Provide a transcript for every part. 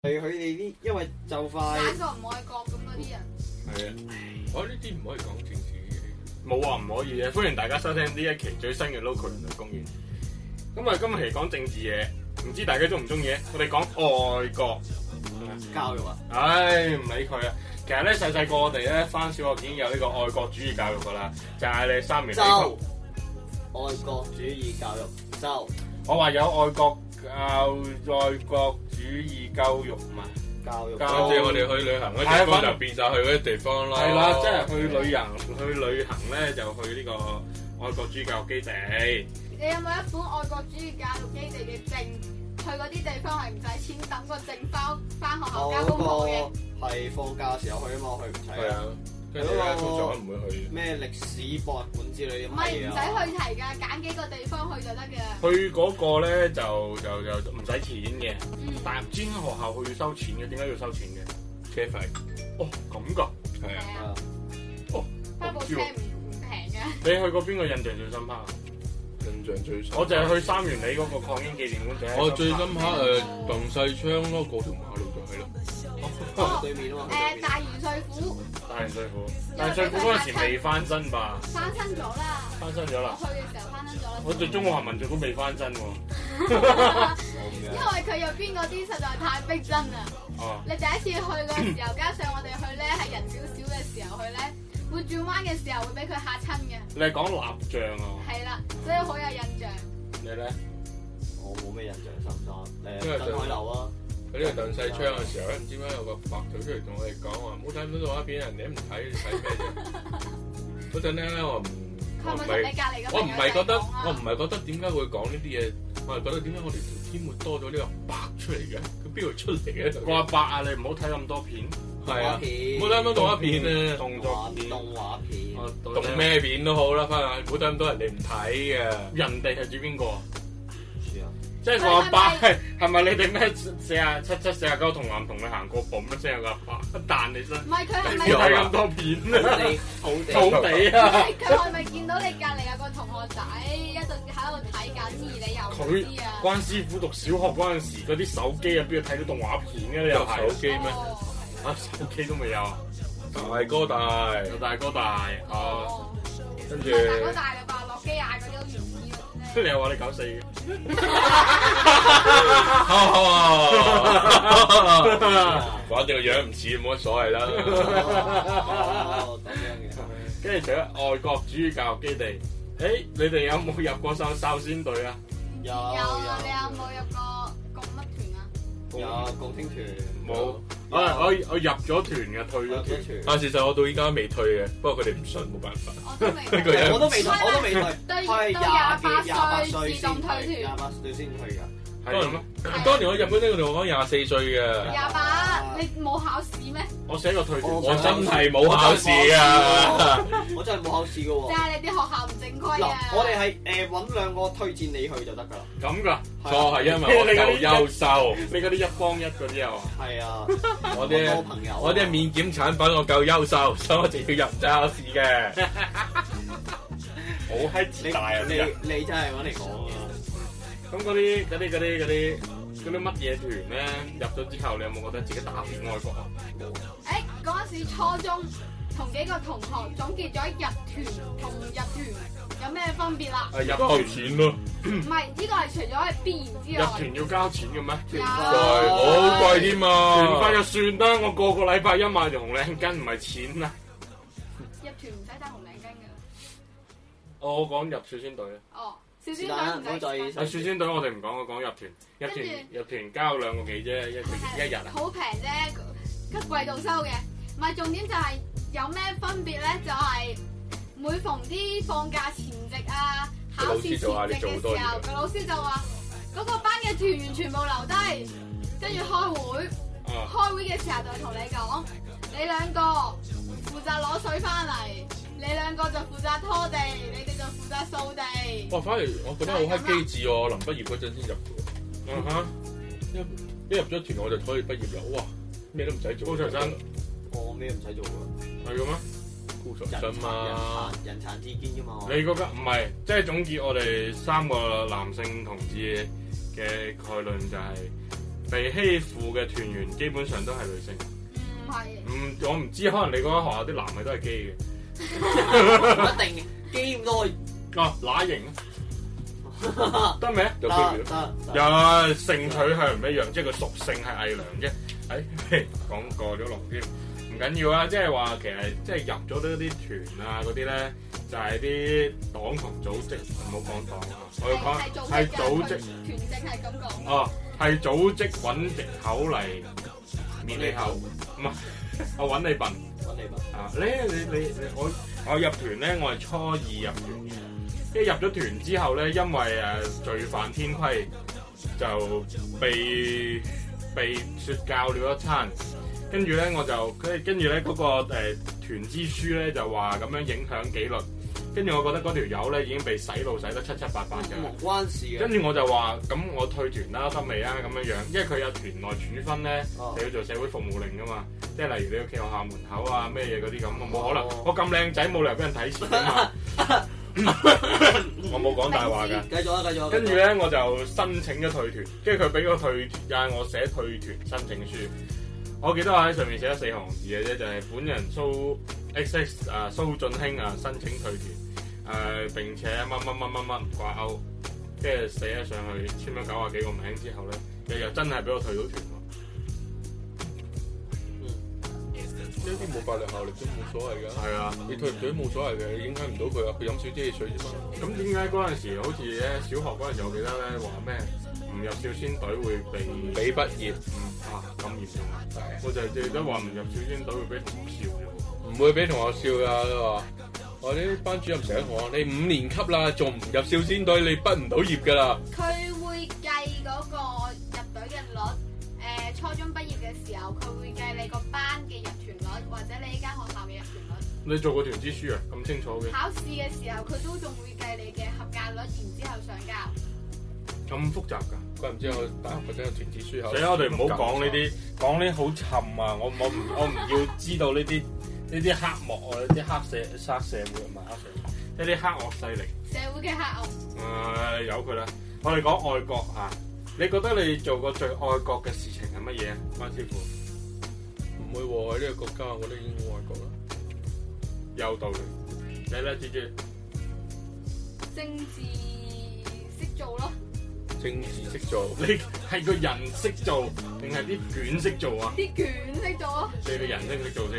係佢哋啲，因為就快解咗唔愛國咁嗰啲人，係啊，我哦呢啲唔可以講政治嘅，冇話唔可以嘅，歡迎大家收聽呢一期最新嘅 Local 人類公園。咁啊，今期講政治嘢，唔知大家中唔中意？我哋講哦愛國，教育啊，唉，唔理佢啊。其實咧，細細個我哋咧翻小學已經有呢個愛國主義教育噶啦，就係你三年就體育。愛國主義教育就我話有愛國教愛國主義教育嘛，教育教跟哦住我哋去旅行嗰啲地方就變晒去嗰啲地方啦。係啦，即係去旅行去旅行咧就去呢個愛國主義教育基地，你有冇一本愛國主義教育基地嘅證？去嗰啲地方係唔使錢，等個證翻翻學校我交功課哦嘅。嗰個係放假嘅時候去啊嘛，我去唔齊係啊。啊，跟住咧通常都唔會去。咩歷史博物館之類咁唔嘅係唔嘢啊？使去提㗎，揀幾個地方去就得嘅。去嗰個咧就就就唔使錢嘅。嗯，大專學校佢要收錢嘅，點解要收錢嘅？車費哦，咁噶，係係啊，係啊啊，花部車唔唔平嘅。你去過邊個印象最深刻啊？印象最深。我就係去三元里嗰個抗英紀念館就係我最深刻誒鄧世昌咯，過條馬路就係咯。佢對面啊嘛，佢對 誒面大元帥府大元帥府，大元帥府嗰陣時未翻身吧？翻新咗啦，翻身咗我啦！去嘅時候翻新咗啦。我啊對中華民族都未翻身喎。冇 咁因為樣。佢入邊嗰啲實在太逼真啦。哦，你第一次去嘅 時候，加上我哋去咧係人少少嘅時候去咧，會轉彎嘅時候會俾佢嚇親嘅，你係講蠟像啊？係啦，所以好有印象。你咧？我冇咩印象深刻。誒，因為就振海樓啊，喺呢個鄧世昌嘅時候咧，唔知點解有個白腿出嚟同我哋講話，冇睇唔到動畫片，人哋唔睇，你睇咩啫？嗰陣咧，我唔我佢唔咪同係你隔離嘅我唔係覺得我唔唔係覺得點解會講呢啲嘢，我係覺得點解我哋條天會多咗呢個白出嚟嘅？佢邊度出嚟嘅？個阿伯啊，你唔好睇咁多片，係啊動畫，片冇睇咁多動畫片啊，動作動片。動畫片，哦動？咩片都好啦，翻去冇睇咁多人哋唔睇嘅。人哋係指邊個啊？書啊，即係個阿伯係係咪你哋咩四啊七七四啊九同男同女行過步咁先有個阿伯彈你身？係佢係咪邊度睇咁多片啊？你土地草地啊！佢係咪見到你隔離有個同學仔一陣喺度睇緊，而你又唔知啊？關師傅讀小學嗰陣時，嗰啲手機啊，邊度睇到動畫片嘅？你又有係手機咩？哦啊，手機都未有啊，大哥大，有大哥大啊！哦跟住大哥大啦吧，諾基亞嗰啲好原始嗰啲你咧。又話你九四嘅，啊哦反正個樣唔似，冇乜所謂啦。哦咁樣嘅。跟住除咗愛國主義教育基地，誒，你哋有冇入過首哨先隊啊？有有啊，你有有冇入過共乜團 啊？有共青團冇，我我我入咗團嘅，退有共。咗團青團，啊，事實我到依家未退嘅，不過佢哋唔信，冇辦法。我都未佢入。有我都未退，我都未退，對到係廿廿幾廿八八歲歲自先動退，退廿團，八歲先退㗎。係咁啊！係當年我日本呢個同我講廿四歲嘅，廿啊八，你冇考試咩？我寫個退團，我我真係冇考試啊！我真係冇考試㗎即喎。係你啲學校唔正規嗱啊！，我哋係誒揾兩個推薦你去就得㗎啦。咁噶，啊錯係因為我夠優秀，你嗰啲一幫一嗰啲啊，係啊，我我多啲朋友啊。我啲係免檢產品，我夠優秀，所以我就要入唔使考試嘅。好閪你自大啊！啲人你你真係揾嚟講啊！咁嗰啲嗰啲嗰啲嗰啲嗰啲乜嘢團咧，入咗之後，你有冇覺得自己打遍愛國啊？誒嗰陣時初中同幾個同學總結咗日團同唔日團有咩分別啦？入交團錢咯，唔係呢個係除咗係必然之入外，團要交錢嘅咩？有哦貴好貴添團啊！費就算啦，我個個禮拜一買條紅領巾唔係錢啊！入團唔使戴紅領巾㗎。哦我講入少先隊啊，哦，少是少但啦想唔唔好在意使啊少先隊我哋唔講，我講入團，入團跟入團交兩個幾啫，一團一日啊，好平啫，佢季度收嘅。唔係重點就係有咩分別咧？就係、每逢啲放假前夕啊，考試前夕嘅時候，個老師就話嗰、個班嘅團員全部留低，嗯跟住開會。啊開會嘅時候就同你講，你兩個負責攞水翻嚟，你兩個就負責拖地，你哋就負責掃地。哇，反而我覺得好閪機智喎！我臨畢業嗰陣先入嘅嗯哼，喎，一一入咗團我就可以畢業啦！哇，咩都唔使做，高材生我咩唔使做㗎，係咁啊！高材人生嘛，殘人殘人殘志堅㗎嘛。你嗰間唔係，即係總結我哋三個男性同志嘅概論就係、被欺負嘅團員基本上都係女性。嗯唔係，唔，我唔知，可能你嗰間學校啲男嘅都係基一定嘅，咁嘅。哦，乸型多得得得未啊？Dạ. 有區別。得，有性取向唔一樣，即係佢屬性係偽良啫。誒、哎，講過咗龍添，唔緊要啊。即係話其實即係入咗呢啲團啊嗰啲咧，就係、啲黨同組織，唔好講黨啊，我要講係係係組組織織，團政係咁講。哦，係組織揾藉口嚟滅你口，唔係我揾你笨。揾你吧。啊！你你你你我我入團咧，我係初二入團嘅，跟住入咗團之後咧，因為誒、呃罪犯天規就被被説教了一餐，跟住咧我就跟跟住咧嗰個誒、呃、團支書咧就話咁樣影響紀律，跟住我覺得嗰條友咧已經被洗腦洗得七七八八嘅啦。無關事跟嘅，住我就話：咁我退團啦，得未啊？咁樣樣，因為佢有團內處分咧，哦就要做社會服務令噶嘛。即係例如你屋企學校門口啊，咩嘢嗰啲咁，我冇可能哦，我咁靚仔冇理由俾人睇視噶嘛。 我冇講大話㗎。繼續啊，繼續啊。跟住咧，我就申請咗退團，跟住佢俾個退團，嗌我寫退團申請書。我記得我喺上面寫咗四行字嘅啫，就係、本人蘇 X X 啊蘇俊興啊申請退團，誒、啊並且乜乜乜乜乜掛鈎，跟住寫咗上去，簽咗九啊幾個名之後咧，又又真係俾我退到團喎。呢啲冇法律效力都冇所謂㗎。係啊，你退唔退都冇所謂嘅，你影響唔到佢啊！佢飲少啲汽水啫嘛。咁點解嗰陣時好似咧小學嗰陣時，我記得咧話咩唔入少先隊會被你畢業嗯啊咁嚴重啊！我就記得話唔入少先隊會俾同學笑嘅喎。唔會俾同學笑㗎，佢話我啲班主任成日同我講：你五年級啦，仲唔入少先隊，你畢唔到業㗎啦。佢會計嗰個入隊嘅率，誒、初中畢業嘅時候，佢會計你個班嘅入團率，或者你呢間學校嘅入團率。你做過團支書啊？咁清楚嘅，考試嘅時候，佢都仲會計你嘅合格率，然之後上交。咁複雜㗎？怪唔知我大學嗰陣有團子書口。所以我哋唔好講呢啲，講呢好沉啊！我我唔我唔要知道呢啲呢啲黑幕啊，呢啲黑社黑社會唔係黑社會，呢啲黑惡勢力。社會嘅黑暗，誒、由佢啦。我哋講愛國啊，你覺得你做過最愛國嘅事情係乜嘢啊？關師傅唔會喎，喺呢個國家，我覺得已經好愛國啦。有道理。你咧，豬豬政治識做咯，政治識做，你係個人識做定係啲卷識做啊？啲卷識做咯。你嘅人識唔識做先？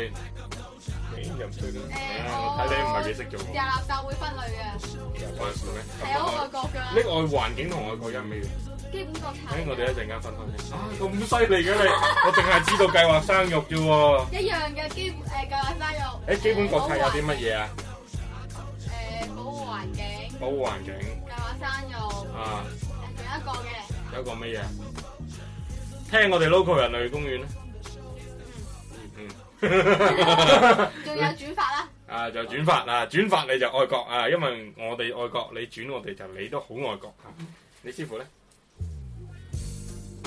你入唔對啦。誒、我睇你唔係幾識做我喎掉垃圾會分類嘅，有關事咩？係好愛國呢㗎，個愛環境同愛國一味。基本國誒，我策哋一陣間分開先。啊，咁犀利嘅你， 我淨係知道計劃生育啫喎。一樣嘅基本誒教育生育。誒，基本國策有啲誒乜嘢啊？保護環境、保護環境教育生育。啊，仲有一個嘅，有一個乜嘢啊？聽我哋 local 人類公園咧。 嗯仲有轉發啦，啊，就轉發啊，轉發你就愛國啊，因為我哋愛國，你轉我哋就你都好愛國啊。你師傅咧，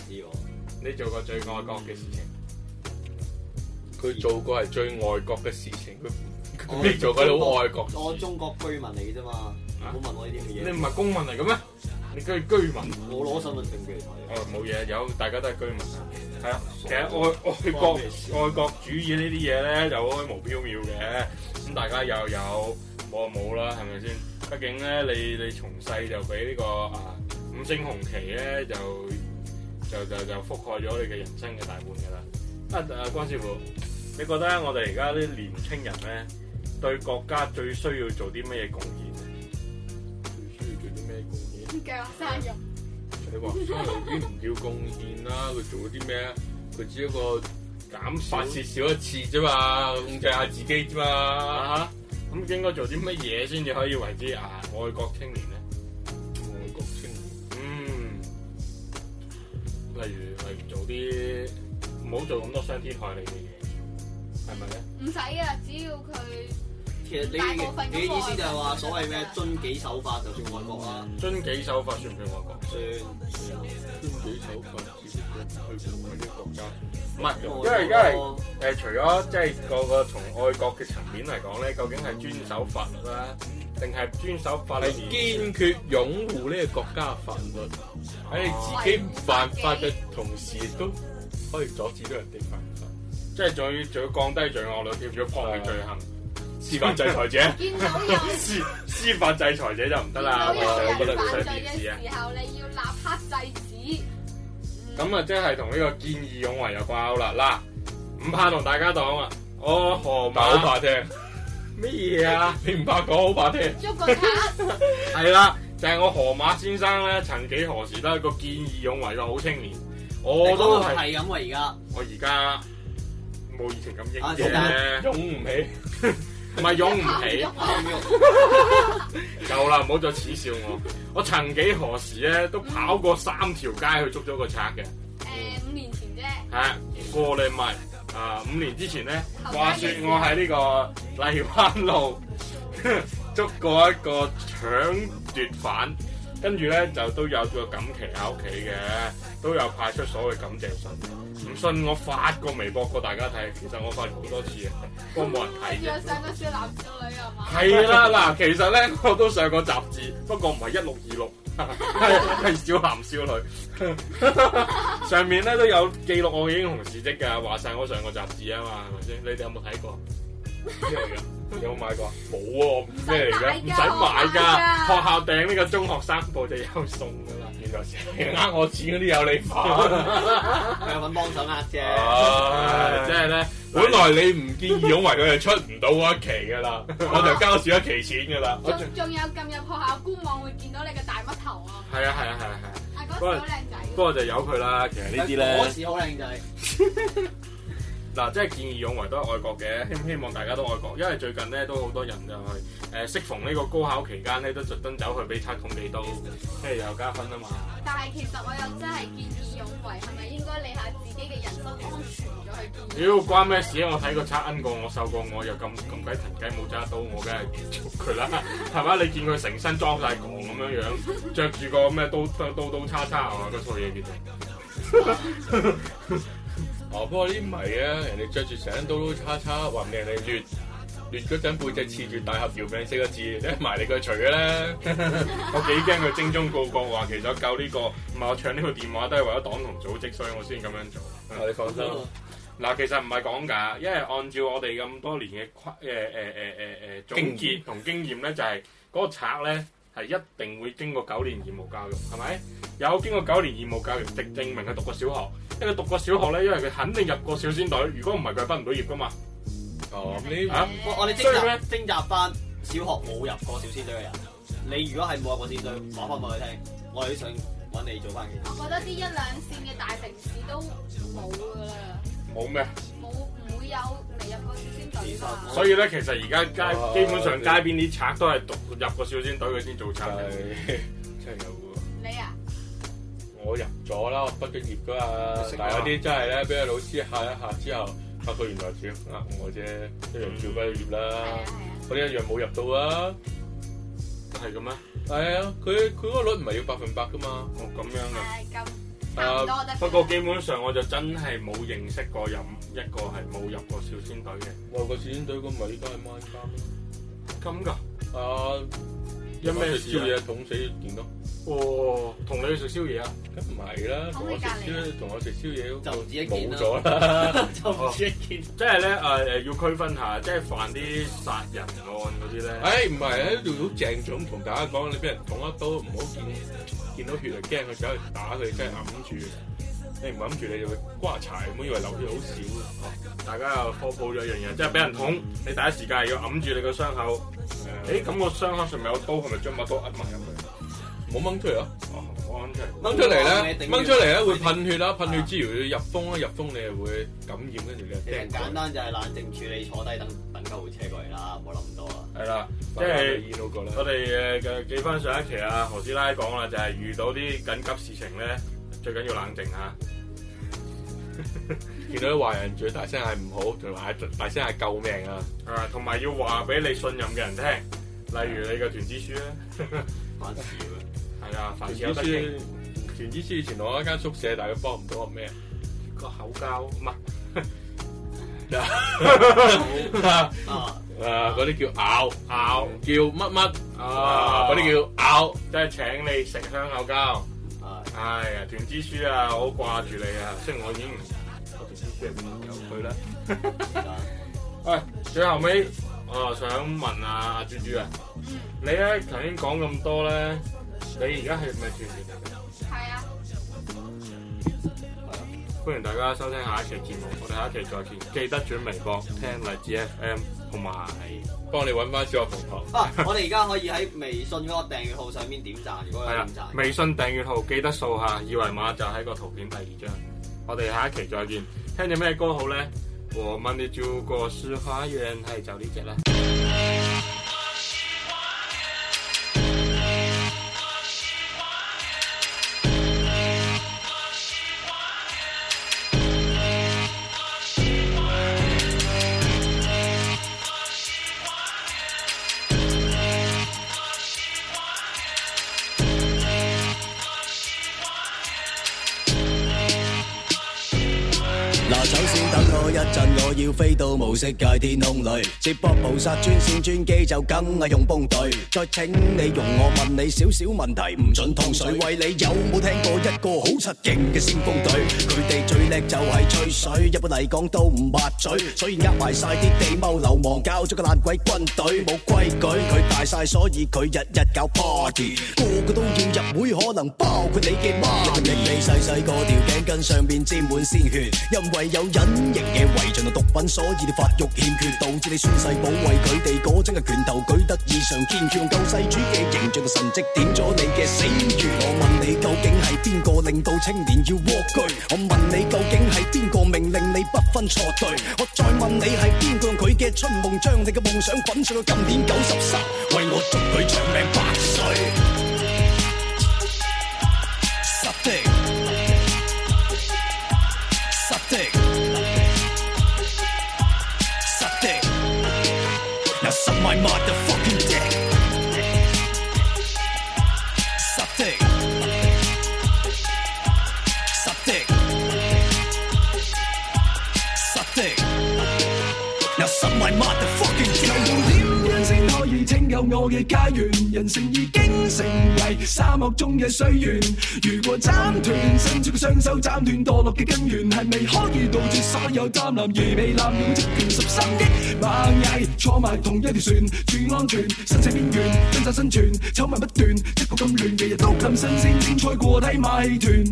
知我你做過最愛國嘅事情？佢做過係最愛國嘅事情，佢佢未做過啲好愛國嘅事。我中國居民嚟嘅啫嘛，啊唔好問我呢啲你嘅嘢。唔係公民嚟嘅咩？你居居民？我攞身份證俾你睇。啊哦，冇嘢，有大家都係居民。係啊，其實愛愛國愛國主義呢啲嘢咧就好虛無縹緲嘅，咁大家又有我冇啦，係咪先？畢竟咧，你你從細就俾呢、個啊五星紅旗咧就就就就覆蓋咗你嘅人生嘅大半㗎啦。啊啊，關師傅，你覺得我哋而家啲年青人咧對國家最需要做啲乜嘢貢獻？最需要做啲咩貢獻？教育生育，你話蘇聯已經唔叫貢獻啦，佢做咗啲咩啊？佢只一個減少發泄少一次啫嘛，控制下自己啫嘛。啊哈！咁應該做啲乜嘢先至可以為之啊愛國青年咧？愛國青年。嗯，例如例如做啲唔好做咁多傷天害理嘅嘢，係咪咧？唔使啊，只要佢 其實你大部分你嘅意思就係話所謂咩都遵紀守法就算愛國啊啦，遵紀守法算唔算愛國？算遵紀守法，自己去同呢個國家。唔係，因為而家係誒，除咗即係個個從愛國嘅層面嚟講咧，究竟係遵守法律啦，定定係遵守法律係面前？堅決擁護呢個國家嘅法律，喺哎你自己唔犯法嘅同時，亦都可以阻止到人哋犯法。即係仲要仲要降低罪惡率，要仲要撲滅罪行。司法制裁者，見到有司司法制裁者就唔得見啦，到喂上有不得人上犯罪電嘅視啊！時候，你要立刻制 止。嗯咁啊，即係同呢個見義勇為有掛鈎啦。嗱，唔怕同大家講啊，我河但好馬怕聽，咩嘢啊？你唔怕講好怕聽。捉個賊。係啦，就係我河馬先生咧，曾幾何時都係一個見義勇為嘅好青年。我都係，係咁啊喎，而 家我而家冇以前咁英啊嘅啫，擁唔起，唔係勇唔起。夠啦，唔好再恥笑我。我曾幾何時咧，都跑過三條街去捉咗個賊嘅。誒五年前啫，係啊過你咪啊五年之前咧，後話街說嘅事我喺呢個荔灣路 捉過一個搶奪犯，跟住咧就都有個錦旗喺屋企嘅，都有派出所嘅感謝信。唔信我發個微博過大家睇，其實我發過好多次嘅，不過冇人睇你仲啫有。上個少男少女係嘛？係啦，嗱，其實咧我都上過雜誌，不過唔係一六二六， 係係少男少女。 上面咧都有記錄我嘅英雄事蹟㗎，話晒我上過雜誌啊嘛，係咪先？你哋有冇睇過？咩嚟㗎？有冇買過？冇喎、咩嚟㗎？唔使買㗎，學校訂呢個中學生報就有送㗎啦。原來成呃我錢嗰啲有你份。佢揾幫手呃啫，唉即係咧，本來你唔見義勇為，佢就出唔到嗰一期噶 啦，我就交少一期錢噶啦。我仲仲有撳入學校官網會見到你嘅大乜頭啊！係啊係啊係啊係啊，啊嗰時好靚仔不過就由佢啦。其實呢啲咧嗰。時好靚仔，嗱，即係見義勇為都係愛國嘅，希希望大家都愛國，因為最近咧都好多人就係誒適逢呢個高考期間咧，都特登走去俾測統幾刀，即係有加分啊嘛。但係其實我又真係見義勇為，係咪應該理下自己嘅人身安全咗去見義屌關咩事啊！我睇個測恩過我，瘦過我，又咁咁鬼騰雞冇揸刀，我梗係捉佢啦， 係嘛？你見佢成身裝晒鋼咁樣樣，着住個咩刀刀刀刀叉叉啊嗰套嘢叫做。哦，不過呢啲唔係啊，人哋着住成刀刀叉叉，話唔定人哋劣劣嗰陣背脊刺住大合搖柄四個字，一埋你佢除嘅咧。我幾驚佢精忠報國話，其實我救呢、個唔係我搶呢個電話都係為咗黨同組織，所以我先咁樣做。啊你放心，嗱，其實唔係講㗎，因為按照我哋咁多年嘅規誒誒誒誒誒總經驗結同經驗咧，就係、嗰個賊咧係一定會經過九年義務教育，係咪？有經過九年義務教育，直證明佢讀過小學。因為佢讀過小學咧，因為佢肯定入過少先隊，如果唔係佢係畢唔到業㗎嘛。哦，咁呢啊我我哋所以徵咧集徵集翻小學冇入過小師隊嘅人，你如果係冇入過小師隊，話翻俾我哋聽，我哋都想揾你做翻嘅。我覺得啲一兩線嘅大城市都冇㗎啦，冇咩，冇唔會有未入過少先隊嘛。所以咧，其實而家街哦基本上街邊啲賊都係讀入過少先隊，佢先做賊就嘅係真係有喎。你啊，我入咗啦，我畢咗業噶嘛識，但係啦有啲真係咧，俾個老師嚇一嚇之後，發覺原來只呃我啫，一樣照畢咗業係啊啦，係啊，我呢一樣冇入到啊。係咁咩？係啊，佢佢嗰個率唔係要百分百噶嘛。哦，咁樣嘅。係咁差唔多得誒，㗎。不過基本上我就真係冇認識過任一個係冇入過少先隊嘅。外國選隊咁咪依家係孖監咯。咁㗎？啊，因咩事宵啊？夜捅死電咯？哦，同你去食宵夜啊？梗唔係啦，同我食宵夜，同我食宵夜嗰個就唔止一件冇啦，咗啦。 就唔止一件。即係咧誒誒，要區分下，即係犯啲殺人案嗰啲咧。唉，唔係喺度好鄭重同大家講，你俾人捅一刀，唔好見見到血就驚，佢走去打佢，真係揞住。你唔揞住你就會瓜柴，唔好以為流血好少。啊大家又科普咗一樣嘢，即係俾人捅，你第一時間係要揞住你個傷口。誒，誒，咁個傷口上面有刀，係咪將把刀扼埋入去？唔好掹出嚟咯，哦，我安全。掹出嚟咧，掹出嚟咧會噴血啦，噴血之餘入風啦，入風你係會感染，跟住你其就實簡驚。單就係冷靜處理，坐低等等救護車過嚟啦，冇諗咁多啊。係啦，即即係係。醫到個啦。我哋誒呃嘅記翻上一期啊，何師奶講啦，就係、遇到啲緊急事情咧，最緊要冷靜嚇。見到啲壞人最大聲係唔好，同埋嗌大聲係救命啊！啊，同埋要話俾你信任嘅人聽，例如你嘅團支書 啦，關事嘅咩係啊，團凡事支有得傾。書，團支書以前我一間宿舍，但係佢幫唔到我咩？啊個口交唔係啊， 啊嗰啲叫咬，咬叫乜乜啊啊嗰啲叫咬，即係請你食香口啊膠。哎呀，團支書啊，我好掛住你啊！雖然我已經唔，我團支書入邊有佢啦。啊喂，哎最後尾我又想問啊阿豬豬啊，嗯，你咧頭先講咁多咧，你而家係咪團年人嚟㗎？係啊，歡迎大家收聽下一期節目，我哋下一期再見。記得轉微博聽荔枝 FM 同埋幫你揾翻小學同學。啊！ 我哋而家可以喺微信嗰個訂閱號上面點贊，如果有係啦點贊，。呃啊微信訂閱號記得掃下，二維碼就喺個圖片第二張。我哋下一期再見，聽啲咩歌好咧？我問你做過是花園，係就呢只啦。嗱，走先等我一陣，我要飛到無色界天空裏，接駁菩薩專線專機就梗係用崩隊。再請你容我問你少少問題，唔准通水。喂，你有冇聽過一個好出勁嘅先鋒隊？佢哋最叻就係吹水，一般嚟講都唔抹嘴，所以呃埋晒啲地踎流氓，搞咗個爛鬼軍隊，冇規矩，佢大晒，所以佢日日搞 party，個個都要入會，可能包括你嘅媽咪。你細細個條頸巾上面沾滿鮮血，因為有隱形嘅遺像同毒品，所以你發育欠缺，導致你宣誓保衞佢哋嗰陣嘅拳頭舉得異常堅決，用救世主嘅形象同神跡點咗你嘅死穴。我問你究竟係邊個令到青年要蝸居？我問你究竟係邊個命令你不分錯對？我再問你係邊個用佢嘅春夢將你嘅夢想粉碎到今年九十三，為我祝佢長命百歲。實地，實地，實地。Now suck my motherfucking dick。實地，實地，實地。Now suck my motherfucking dick。有人性可以拯救我嘅家園，人性已經成為沙漠中嘅水源。如果斬斷伸出嘅雙手，斬斷墮落嘅根源，係咪可以杜絕所有貪婪而被濫用職權？十三億螞蟻坐埋同一條船，注安全，生死邊緣，掙扎生存，醜聞不斷，一個咁亂嘅日都咁新鮮，精彩過睇馬戲團。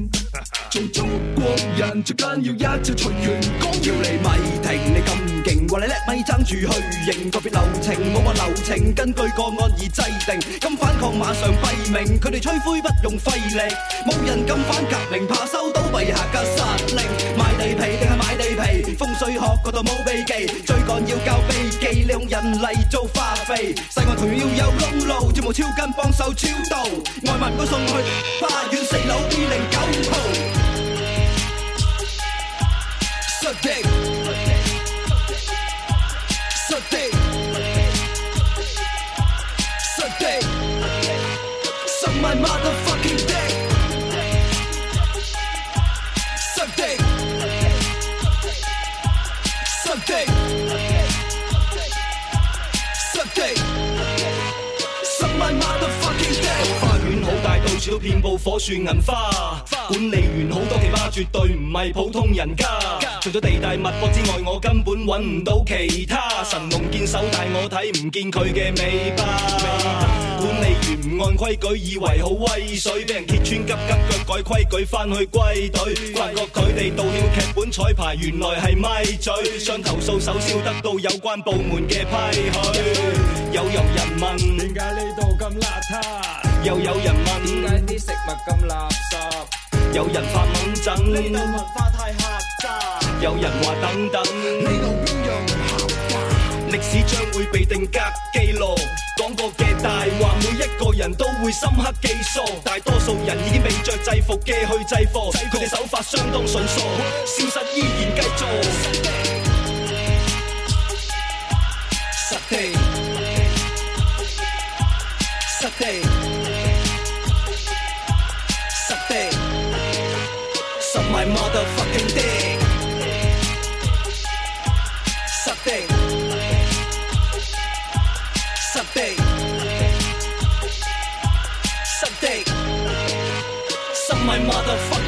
做中國人最緊要一切隨緣，講要你咪停，你咁勁，話你叻咪爭住去認，個別流程冇話流程，根據個案而制定，咁反抗馬上斃命，佢哋吹灰不用費力，冇人敢反革命，怕收到陛下嘅殺令，買地皮定係買地皮，風水學嗰度冇秘技，最緊要教秘技，利用人嚟做化肥，世外同樣要有窿路，跳舞超跟幫手超度，外賣唔該送去花園四樓 B 零九號。實地，實地，實地，實 my motherfucking dick，實地，實地，實地，實 my motherfucking dick。花園好大，到處都遍佈火樹銀花，管理員好多奇葩，絕對唔係普通人家。除咗地大物博之外，我根本揾唔到其他。神龍見手大，我睇唔見佢嘅尾巴。管理員唔按規矩，以為好威水，俾人揭穿，急急腳改規矩，翻去歸隊。發覺佢哋盜了劇本彩排，原來係咪嘴。想投訴首先要得到有關部門嘅批許。又有人問，點解呢度咁邋遢？又有人點問，解啲食物咁垃圾？有人發猛呢度文憎，化太狹窄。有人話等等。歷史將會被定格記錄，講過嘅大話，每一個人都會深刻記數。大多數人已經被着制服嘅去制服，佢哋手法相當純熟，消失依然繼續。實地，實地，實地，實埋 motherfucking dick，實地。